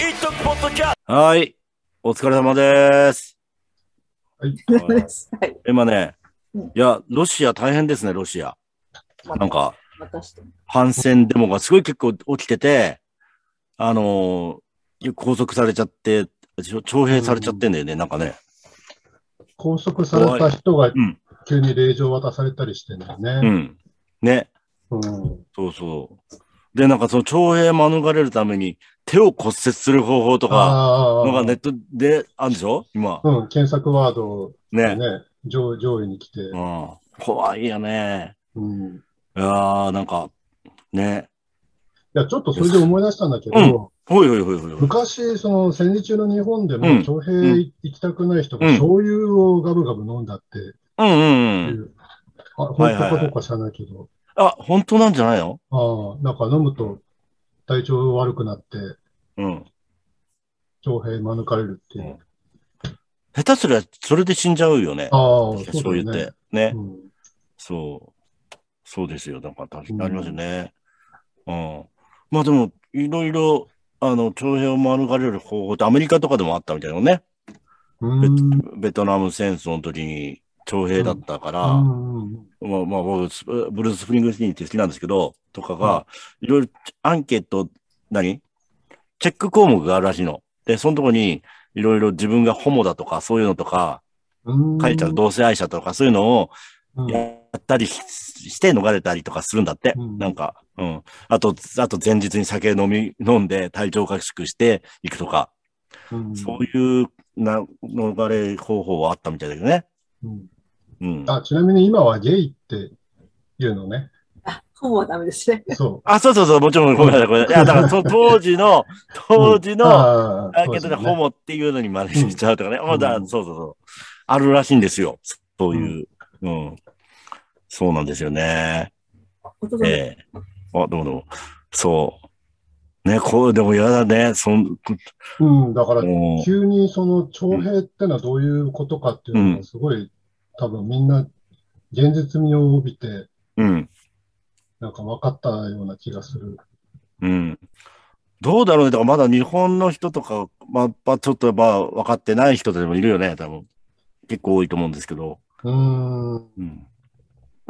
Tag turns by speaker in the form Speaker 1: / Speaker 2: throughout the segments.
Speaker 1: イトポッドキャス
Speaker 2: はい。お疲れ様です。
Speaker 3: はい
Speaker 4: はい。
Speaker 2: 今ね
Speaker 4: うん、
Speaker 2: いや、ロシア大変ですね、ロシア。なんか、
Speaker 4: またしても。
Speaker 2: 反戦デモがすごい結構起きてて、あのー拘束されちゃって、ちょ徴兵されちゃってんだよね、なんかね。
Speaker 3: 拘束された人が
Speaker 2: ん
Speaker 3: 急に令状渡されたりしてんだよ
Speaker 2: う
Speaker 3: ね。
Speaker 2: ん。ね。
Speaker 3: うん
Speaker 2: そうそう。で、なんかその徴兵免れるために手を骨折する方法とか、
Speaker 3: あ
Speaker 2: のが
Speaker 3: あ、
Speaker 2: ネットであるでしょ今。
Speaker 3: うん、検索ワードが
Speaker 2: ね。
Speaker 3: ね、上上位に来て、
Speaker 2: うん。怖いよね。
Speaker 3: うん。い
Speaker 2: いやー、なんか、ね。
Speaker 3: や、ちょっとそれで思い出したんだけ
Speaker 2: うん
Speaker 3: ど、
Speaker 2: ほいほいほいほいほい。
Speaker 3: 昔、その戦時中の日本で
Speaker 2: うん
Speaker 3: も、徴兵行きたくない人が
Speaker 2: うん
Speaker 3: 醤油をガブガブ飲んだっていう、
Speaker 2: うんうんうん。
Speaker 3: あ、本当かどうか知らないけど、
Speaker 2: あ、本当なんじゃないの
Speaker 3: ああ、なんか飲むと体調悪くなって、
Speaker 2: うん。
Speaker 3: 徴兵免れるっていう
Speaker 2: うん。下手すりゃそれで死んじゃうよね。
Speaker 3: ああ、そ
Speaker 2: そう言
Speaker 3: う
Speaker 2: っ
Speaker 3: だよね
Speaker 2: て。。ね
Speaker 3: う。ん
Speaker 2: そう。そうですよ。なんか確かにありますよね。うん。まあでも、いろいろ、あの、徴兵を免れる方法ってアメリカとかでもあったみたいなのね。
Speaker 3: う
Speaker 2: ベ
Speaker 3: ん
Speaker 2: ベトナム戦争の時に徴兵だったから、
Speaker 3: うんうんうん
Speaker 2: まあ、まあ、僕、スブルース・スプリングスティーンって好きなんですけど、とかが、いろいろアンケート、何チェック項目があるらしいの。で、そのとこに、いろいろ自分がホモだとか、そういうのとか、書いちゃう同性愛者とか、そういうのを
Speaker 3: うん
Speaker 2: やったりしして逃れたりとかするんだって。
Speaker 3: うん
Speaker 2: なんか、うん。あと、あと前日に酒飲み、飲んで体調を隠しくしていくとか、
Speaker 3: うん
Speaker 2: そういうな逃れ方法はあったみたいだけどね。
Speaker 3: うん
Speaker 2: うん。
Speaker 3: あちなみに今はゲイっていうのね。
Speaker 4: あ、ほぼダメですね。
Speaker 3: そ
Speaker 2: あ、そうそうそう、もちろん、ごめんなさい、ごめんなさい。いや、だから、その当時 の、当時
Speaker 3: う。
Speaker 2: の、
Speaker 3: ああ
Speaker 2: だけどね、ホ
Speaker 3: モ
Speaker 2: モっていうのに真似しちゃうとかね。まあだ
Speaker 3: うん
Speaker 2: そうそうそう。あるらしいんですよ。そういう。うん。そうなんですよね。
Speaker 4: お父さん、
Speaker 2: ええあ、どうもどうも。そう。ね、こう、でも嫌だね。そん、
Speaker 3: うん、だから
Speaker 2: も
Speaker 3: 急にその徴兵ってのはどういうことかっていうの
Speaker 2: うん
Speaker 3: がすごい多分みんな現実味を帯びて
Speaker 2: う、うん、
Speaker 3: なんか分かったような気がする。
Speaker 2: うん。どうだろうね。だから、まだ日本の人とか、まあ、まあちょっと、まあ、分かってない人でもいるよね。多分。結構多いと思うんですけど。
Speaker 3: うーん。
Speaker 2: うん。う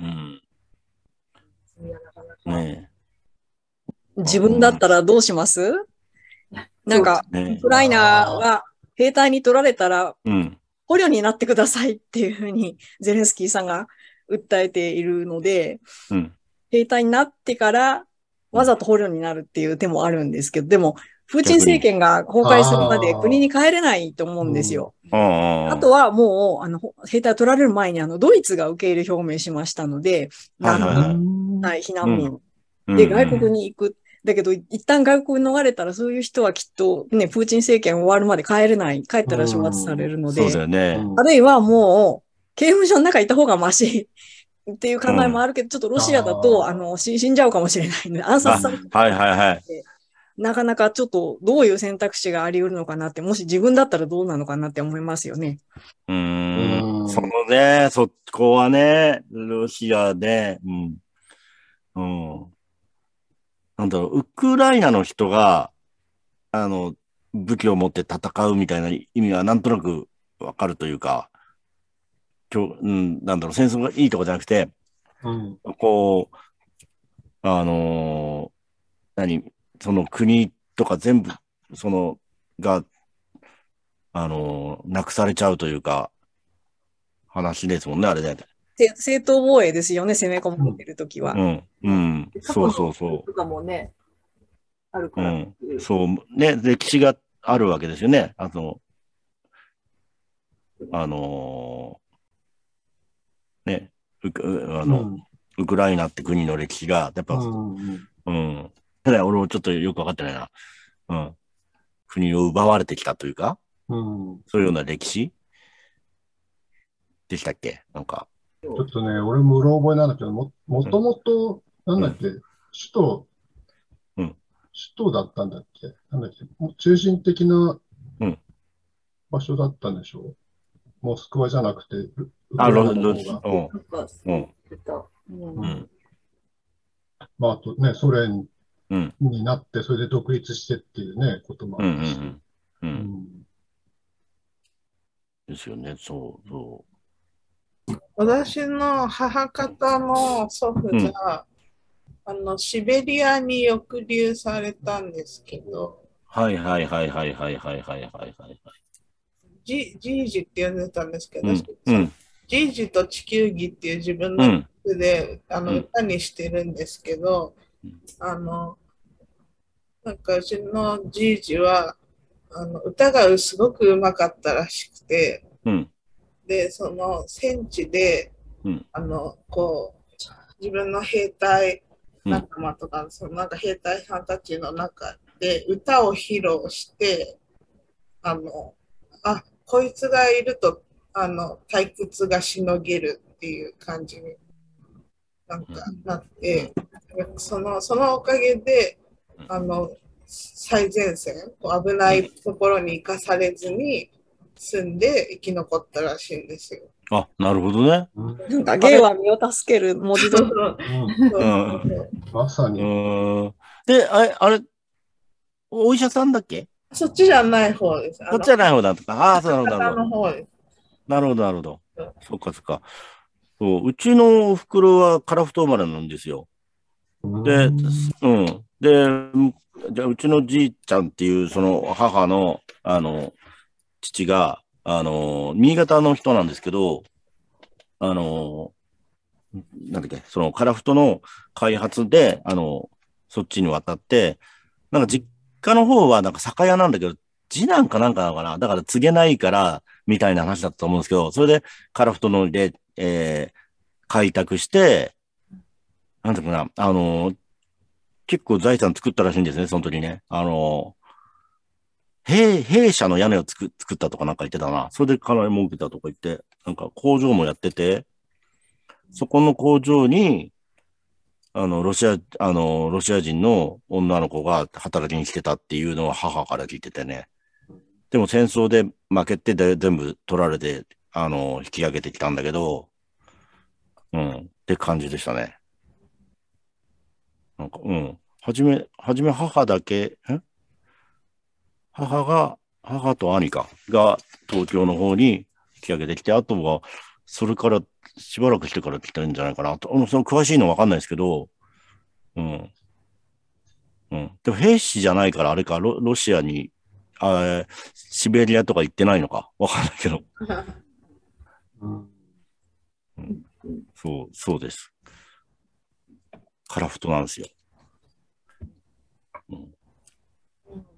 Speaker 2: ん。
Speaker 4: いやなかなか
Speaker 2: ね
Speaker 5: 自分だったらどうしますなんか、
Speaker 2: え。ね
Speaker 5: ウクライナは兵隊に取られたら
Speaker 2: え。うん。
Speaker 5: 捕虜になってくださいっていうふうにゼレンスキーさんが訴えているので、
Speaker 2: うん。
Speaker 5: 兵隊になってからわざと捕虜になるっていう手もあるんですけど、でも、プーチン政権が崩壊するまで
Speaker 3: あー
Speaker 5: 国に帰れないと思うんですよ。
Speaker 2: あ
Speaker 5: あとはもう、あの、兵隊取られる前に、あの、ドイツが受け入れ表明しましたので、
Speaker 2: はいはいはい
Speaker 5: あの
Speaker 3: い。
Speaker 5: はい、避難民
Speaker 2: は
Speaker 5: で、外国に行く。だけど、一旦外国に逃れたら、そういう人はきっと、ね、プーチン政権終わるまで帰れない、帰ったら処罰されるので
Speaker 2: そう、だよね。
Speaker 3: うん
Speaker 5: あるいはもう、刑務所の中にいた方がマシっていう考えもあるけど、ちょっとロシアだと、
Speaker 3: あー
Speaker 5: あの、し死んじゃうかもしれないので、暗殺される
Speaker 2: はいはいはい。
Speaker 5: なかなかちょっと、どういう選択肢があり得るのかなって、もし自分だったらどうなのかなって思いますよね。
Speaker 2: うー
Speaker 3: う
Speaker 2: ん。
Speaker 3: ん
Speaker 2: そのね、そこはね、ロシアで、うん。うん。なんだろう、ウクライナの人が、あの、武器を持って戦うみたいな意味はなんとなくわかるというか、今日、うん、なんだろう、戦争がいいとかじゃなくて、
Speaker 3: うん
Speaker 2: こう、あのー何、その国とか全部、その、が、あのーなくされちゃうというか、話ですもんね、あれね。
Speaker 5: で正当防衛ですよね、攻め込まれてるときは。
Speaker 2: うん、うん、そうそうそ
Speaker 4: とかもね、ある
Speaker 2: う。
Speaker 4: か
Speaker 2: う
Speaker 4: ら。
Speaker 2: ん、そう、ね、歴史があるわけですよね。あの、あのーね、ウクあ
Speaker 3: う
Speaker 2: の、
Speaker 3: ん
Speaker 2: ウクライナって国の歴史が、やっぱ、
Speaker 3: うん
Speaker 2: うん。ただ俺もちょっとよくわかってないな。うん。国を奪われてきたというか、
Speaker 3: うん
Speaker 2: そういうような歴史でしたっけなんか。
Speaker 3: ちょっとね、俺もうろ覚えなんだけど、も、もともと、なんだっけ、首都、
Speaker 2: うん
Speaker 3: 首都だったんだっけ、なんだっけ、もう中心的な
Speaker 2: うん
Speaker 3: 場所だったんでしょう。モスクワじゃなくて、ウウ
Speaker 2: あ、
Speaker 3: クラ
Speaker 2: ロ
Speaker 3: イナの
Speaker 2: ロ
Speaker 3: 方
Speaker 4: な
Speaker 2: う
Speaker 3: が、
Speaker 4: んか、
Speaker 2: ん。うん。
Speaker 4: 出た。うん
Speaker 2: うん。
Speaker 3: まあ、あとね、ソ連
Speaker 2: うん
Speaker 3: になって、それで独立してっていうね、こともあ
Speaker 2: うんう
Speaker 3: るし。
Speaker 2: んうん。う。
Speaker 3: うんん
Speaker 2: ですよね。そうそ
Speaker 1: 私の母方の祖父が、あのシベリアに抑留されたんですけど、
Speaker 2: う。はいはいはいはいはいはいはいはいはい。
Speaker 1: ジジージって呼んでたんですけど、
Speaker 2: うんうん
Speaker 1: ジージと地球儀っていう自分
Speaker 2: う
Speaker 1: の
Speaker 2: ん
Speaker 1: 曲で、あ
Speaker 2: う
Speaker 1: の
Speaker 2: ん
Speaker 1: 歌にしてるんですけど
Speaker 2: うん、
Speaker 1: あのなんかうちのじいじはあの歌がすごくうまかったらしくて、
Speaker 2: うん
Speaker 1: で、その戦地で、
Speaker 2: うん
Speaker 1: あの、こう、自分の兵隊
Speaker 2: うん
Speaker 1: 仲間とか、そのなんか兵隊さんたちの中で歌を披露して、あの、あ、こいつがいると、あの、退屈がしのげるっていう感じになんかなって、その、そのおかげで
Speaker 2: う、ん
Speaker 1: あの、最前線、こう危ないところに行かされずに、住んで生き残ったらしいんですよ。
Speaker 2: あ、なるほどね。
Speaker 3: うん
Speaker 5: なんか、芸は身を助ける文字通り。
Speaker 3: うんまさ
Speaker 2: う
Speaker 3: に、
Speaker 2: ーん。で、あれ、あれ、お医者さんだっけ
Speaker 1: そっちじゃない方です。
Speaker 2: こっちじゃない方だとか。ああー、そうなるほど、なるほ
Speaker 1: 方
Speaker 2: ど
Speaker 1: の。方です。
Speaker 2: なるほど、なるほど
Speaker 1: うん。
Speaker 2: そっかそっか。そう、うちのお袋はカラフト生まれなんですよ。で、うん。で、じゃあうちのじいちゃんっていう、その母の、あの、父が、あの、新潟の人なんですけど、あの、なんだっけ、そのカラフトの開発で、あの、そっちに渡って、なんか実家の方はなんか酒屋なんだけど、次男かなんかなのかなだから告げないから、みたいな話だったと思うんですけど、それでカラフトので、えー開拓して、なんていうのかな、あのー結構財産作ったらしいんですね、その時ね。あのー兵、兵舎の屋根を作作ったとかなんか言ってたな。それでかなり儲けたとか言って、なんか工場もやってて、そこの工場に、あの、ロシア、あの、ロシア人の女の子が働きに来てたっていうのは母から聞いててね。でも戦争で負けてで全部取られて、あの、引き上げてきたんだけど、うん、って感じでしたね。なんか、うん。はじめ、はじめ母だけ、ん母が、母と兄か、が東京の方に引き上げてきて、あとは、それから、しばらくしてから来てるんじゃないかなと。うんその詳しいのわかんないですけど、うん。うん。でも兵士じゃないから、あれか、ロロシアに、あーシベリアとか行ってないのかわかんないけど。
Speaker 3: うん
Speaker 2: そう、そうです。カラフトなんですよ。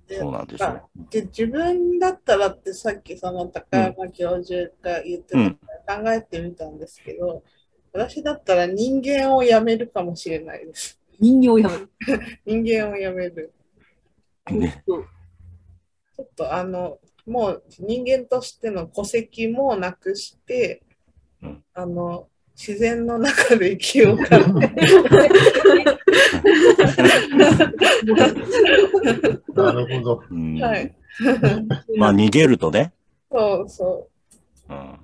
Speaker 1: で
Speaker 2: そうなんですよ。
Speaker 1: で自分だったらってさっきその高山教授が言ってたから考えてみたんですけど、私だったら人間をやめるかもしれないです。
Speaker 4: 人形を やめる。
Speaker 1: 人間をやめる。
Speaker 2: ね。
Speaker 4: そう
Speaker 1: ちょっとあの、もう人間としての戸籍もなくして、
Speaker 2: うん
Speaker 1: あの、自然の中で生きようかな。
Speaker 3: なるほど。
Speaker 2: うん
Speaker 1: はい。
Speaker 2: まあ、逃げるとね。
Speaker 1: そうそ
Speaker 2: うん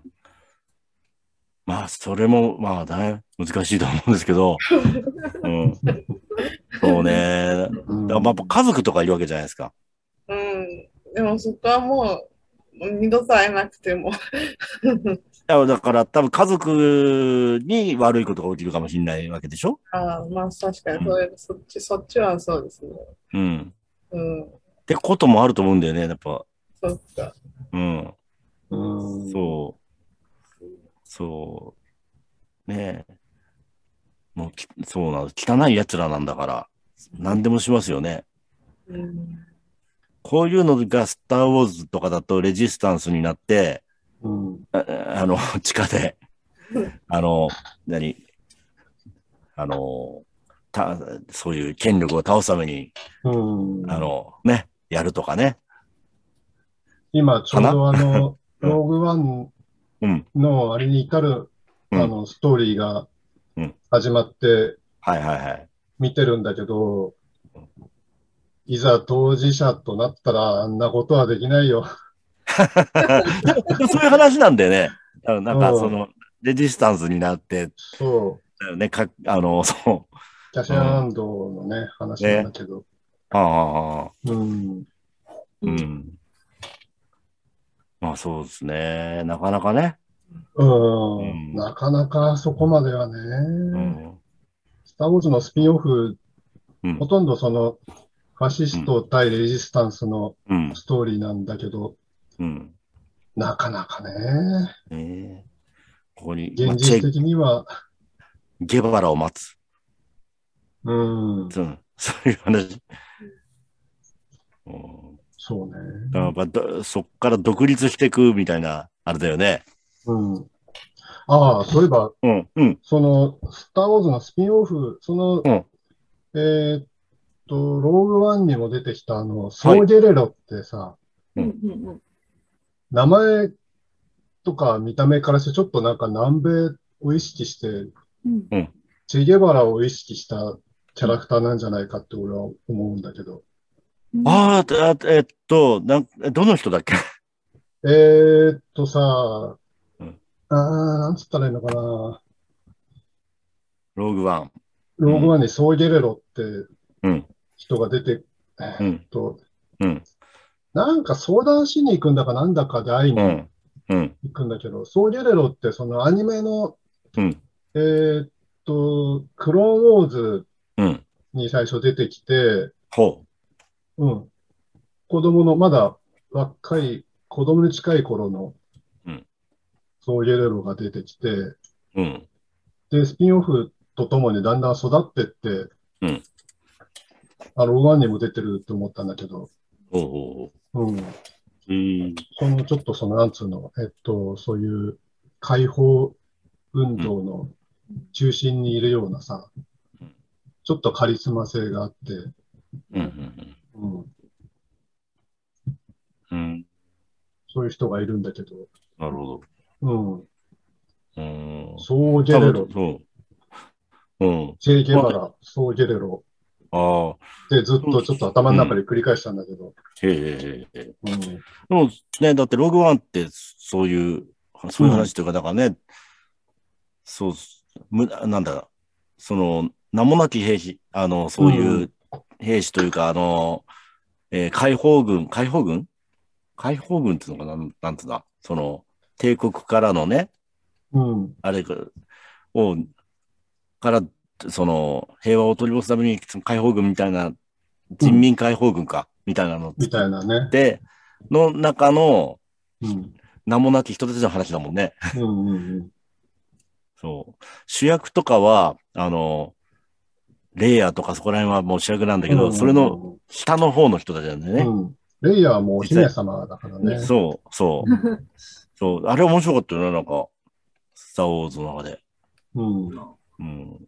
Speaker 2: まあ、それも、まあね、難しいと思うんですけど。うん、そうね。
Speaker 3: うん
Speaker 2: だからまあ、家族とかいるわけじゃないですか。
Speaker 1: う。うん。でもそこはもう、二度と会えなくても。
Speaker 2: だからだから、多分家族に悪いことが起きるかもしれないわけでしょ
Speaker 1: ああ、まあ確かにそれ、そっち、そっちはそうですね。
Speaker 2: うん。
Speaker 1: うん。
Speaker 2: ってこともあると思うんだよね、やっぱ。
Speaker 1: そっか。
Speaker 2: うん。
Speaker 3: うん
Speaker 2: そう。そう。ねえ。もうき、そうなの。汚い奴らなんだから、何でもしますよね。
Speaker 1: うん。
Speaker 2: こういうのがスター・ウォーズとかだとレジスタンスになって、
Speaker 3: うん
Speaker 2: ああ の、地下で、あの、何あの、た、そういう権力を倒すために、
Speaker 3: うん
Speaker 2: あの、ね、やるとかね。
Speaker 3: 今、ちょうどあ
Speaker 2: う
Speaker 3: の、
Speaker 2: ん
Speaker 3: ローグワン
Speaker 2: うん。
Speaker 3: のあれに至る、
Speaker 2: うん
Speaker 3: あの、ストーリーが
Speaker 2: うん
Speaker 3: 始まって
Speaker 2: はいはいはい。
Speaker 3: 見てるんだけど
Speaker 2: うん、
Speaker 3: いざ当事者となったらあんなことはできないよ。
Speaker 2: そういう話なんだよね。あのなんか、
Speaker 3: うん
Speaker 2: その、レジスタンスになって、
Speaker 3: そ
Speaker 2: だよね、か、あの、そう、
Speaker 3: キャシアンドのね、話なんだけど。
Speaker 2: ああ、
Speaker 3: うん。
Speaker 2: うん。まあそうですね。なかなかね。
Speaker 3: う
Speaker 2: うん
Speaker 3: ん。なかなかそこまでは
Speaker 2: う
Speaker 3: ね。
Speaker 2: ん。
Speaker 3: スター・ウォーズのスピンオフ、
Speaker 2: うん
Speaker 3: ほ。とんどその、ファシスト対レジスタンスの
Speaker 2: うん。
Speaker 3: ストーリーなんだけど、
Speaker 2: うん。
Speaker 3: なかなかね。
Speaker 2: ええここに、まあ
Speaker 3: 現
Speaker 2: チ
Speaker 3: 実
Speaker 2: ェ・
Speaker 3: 的には、
Speaker 2: ゲバラを待つ。
Speaker 3: うん。
Speaker 2: うん。 そういう話。うん
Speaker 3: そうね。
Speaker 2: だからやっぱどそっから独立していくみたいな、あれだよね。
Speaker 3: うん。ああ、そういえば、
Speaker 2: うん。うん。
Speaker 3: その、スター・ウォーズのスピンオフ、その、
Speaker 2: うん
Speaker 3: えーっと、ローグワンにも出てきた、あの、ソー・ゲレロってさ、
Speaker 2: うん
Speaker 4: うんうん。
Speaker 3: 名前とか見た目からして、ちょっとなんか南米を意識して、
Speaker 4: うん
Speaker 3: チゲバラを意識したキャラクターなんじゃないかって俺は思うんだけど。
Speaker 2: ああだ、えっと、なんどの人だっけ
Speaker 3: えーっとさ
Speaker 2: うん、
Speaker 3: あー、なんつったらいいのかな。
Speaker 2: ローグワン。
Speaker 3: ローグワンにソーゲレロって
Speaker 2: うん。
Speaker 3: 人が出て、え
Speaker 2: う
Speaker 3: ーっ
Speaker 2: ん。
Speaker 3: と、
Speaker 2: うん。
Speaker 3: なんか相談しに行くんだかなんだかで会いうに
Speaker 2: ん。うん。
Speaker 3: 行くんだけど、ソーゲレロってそのアニメの、
Speaker 2: うん。
Speaker 3: えーっと、クローンウォーズ
Speaker 2: うん。
Speaker 3: に最初出てきて、
Speaker 2: ほ
Speaker 3: うん。子供の、まだ若い、子供に近い頃の
Speaker 2: うん、
Speaker 3: そうゲレロが出てきて、
Speaker 2: う。うん。
Speaker 3: で、スピンオフとともにだんだん育ってって、
Speaker 2: うん
Speaker 3: あの、ローガンにも出てると思ったんだけど、
Speaker 2: ほうほ
Speaker 3: うん。
Speaker 2: う。うん。
Speaker 3: その、ちょっとその、なんつうの、えっと、そういう解放運動の中心にいるようなさ
Speaker 2: うん、
Speaker 3: ちょっとカリスマ性があって、
Speaker 2: うん。うん。
Speaker 3: うん。
Speaker 2: うん。
Speaker 3: そういう人がいるんだけど、
Speaker 2: なるほど。
Speaker 3: うん。
Speaker 2: うん。
Speaker 3: そうゲ
Speaker 2: 多分
Speaker 3: レロ。
Speaker 2: そう。うん。
Speaker 3: チェ・ゲバラ、ソー・ゲレロ
Speaker 2: ああ。
Speaker 3: でずっとちょっと頭の中で繰り返したんだけど、
Speaker 2: へえへえへえ。で
Speaker 3: うん
Speaker 2: もね、だってログワンってそういう、そういう話というか、だからね、そう、むなんだ、その、名もなき兵士、あの、そういう兵士というか、あの、えー解放軍、解放軍解放軍っていうのかななんつうんだその、帝国からのね、
Speaker 3: うん
Speaker 2: あれかを、から、その、平和を取り戻すために、その解放軍みたいな、人民解放軍か、みたいなの
Speaker 3: みたいなね。
Speaker 2: で、の中の
Speaker 3: うん
Speaker 2: 名もなき人たちの話だもんね。
Speaker 3: うんうん
Speaker 2: そう。主役とかは、あの、レイヤーとかそこら辺はもう主役なんだけど、
Speaker 3: うん
Speaker 2: それの、下の方の人たちなんだよね。
Speaker 3: うんレイヤーはもうお姫様だからね。
Speaker 2: そう、そう、 そう。あれ面白かったよね、なんか、スター・ウォーズの中で。
Speaker 3: うん
Speaker 2: うん。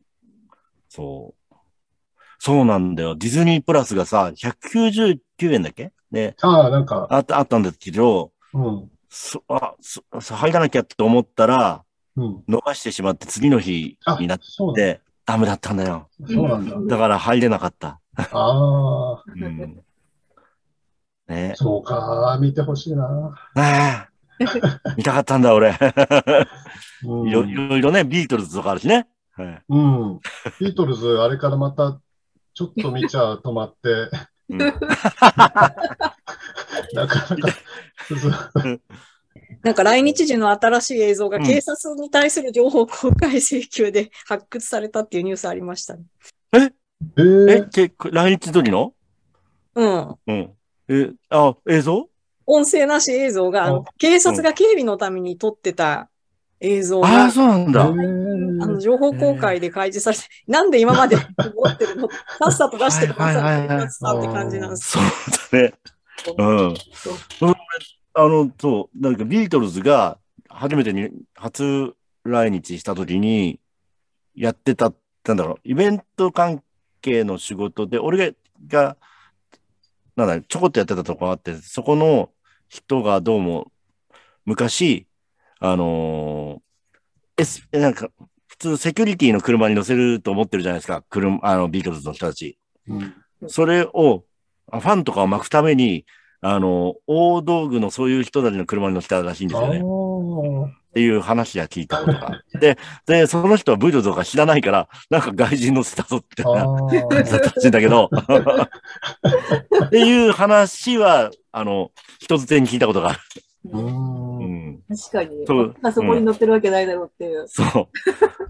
Speaker 2: そう。そうなんだよ。ディズニープラスがさ、199円だっけね、
Speaker 3: ああ、なんか、
Speaker 2: あった、あったんだけど、
Speaker 3: うん
Speaker 2: そ、あ、そ、そ入らなきゃって思ったら、
Speaker 3: うん。
Speaker 2: 逃してしまって次の日
Speaker 3: あ
Speaker 2: になっ
Speaker 3: そうなんだ。
Speaker 2: て、ダメだったんだよ。
Speaker 3: そうなん
Speaker 2: だ
Speaker 3: だ。
Speaker 2: から入れなかった。
Speaker 3: ああ、
Speaker 2: うん。ね
Speaker 3: そうか、見てほしいな。
Speaker 2: え。ああ。見たかったんだ、俺。
Speaker 3: うん
Speaker 2: いろいろいろね、ビートルズとかあるしね。はい
Speaker 3: うん。ビートルズ、あれからまた、ちょっと見ちゃ止まって、
Speaker 2: うん
Speaker 3: なかなか進ま
Speaker 5: なんか来日時の新しい映像が
Speaker 2: うん
Speaker 5: 警察に対する情報公開請求で発掘されたっていうニュースありましたね。
Speaker 3: え
Speaker 2: え、
Speaker 3: ー、
Speaker 2: け、来日の時の
Speaker 5: うん。
Speaker 2: うん。え、あ、映像
Speaker 5: 音声なし映像が、あの警察が警備のために撮ってた映像
Speaker 2: あ
Speaker 5: が、
Speaker 2: あ、そうなん
Speaker 3: え
Speaker 2: だ。
Speaker 5: あの
Speaker 3: ー
Speaker 5: 情報公開で開示されて、なんで今まで持ってるのさっさと出してくだ
Speaker 2: はいはいはい
Speaker 5: さ
Speaker 2: はい
Speaker 5: い。出したって感じなんです。
Speaker 2: そうだね。うん。俺あの、そう、なんかビートルズが初めてに、初来日した時に、やってた、なんだろう、イベント関係の仕事で、俺が、なんだ、ちょこっとやってたとこあって、そこの人がどうも、昔、あのー、S、なんか、普通セキュリティの車に乗せると思ってるじゃないですか、車、あの、ビートルズの人たち。
Speaker 3: うん
Speaker 2: それを、あファンとかを巻くために、あの、大道具のそういう人たちの車に乗ったらしいんですよね。っていう話は聞いたことがあってで、で、その人は武術とか知らないから、なんか外人乗せたぞって
Speaker 3: あ
Speaker 2: な
Speaker 3: ー
Speaker 2: だったらしいんだけど、 っていう話は、あの、人づてに聞いたことがある。
Speaker 3: う
Speaker 4: うん
Speaker 2: うんん。
Speaker 4: 確かに。
Speaker 2: そう
Speaker 4: まあそこに乗ってるわけないだろうっていう。
Speaker 2: そう。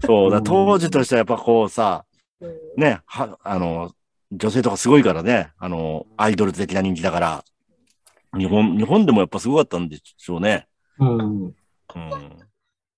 Speaker 2: そう。だから当時としてはやっぱこうさ、
Speaker 4: うん
Speaker 2: ね、は、あの、女性とかすごいからね、あの、アイドル的な人気だから、日本、日本でもやっぱすごかったんでしょうね。
Speaker 3: うん
Speaker 2: うん。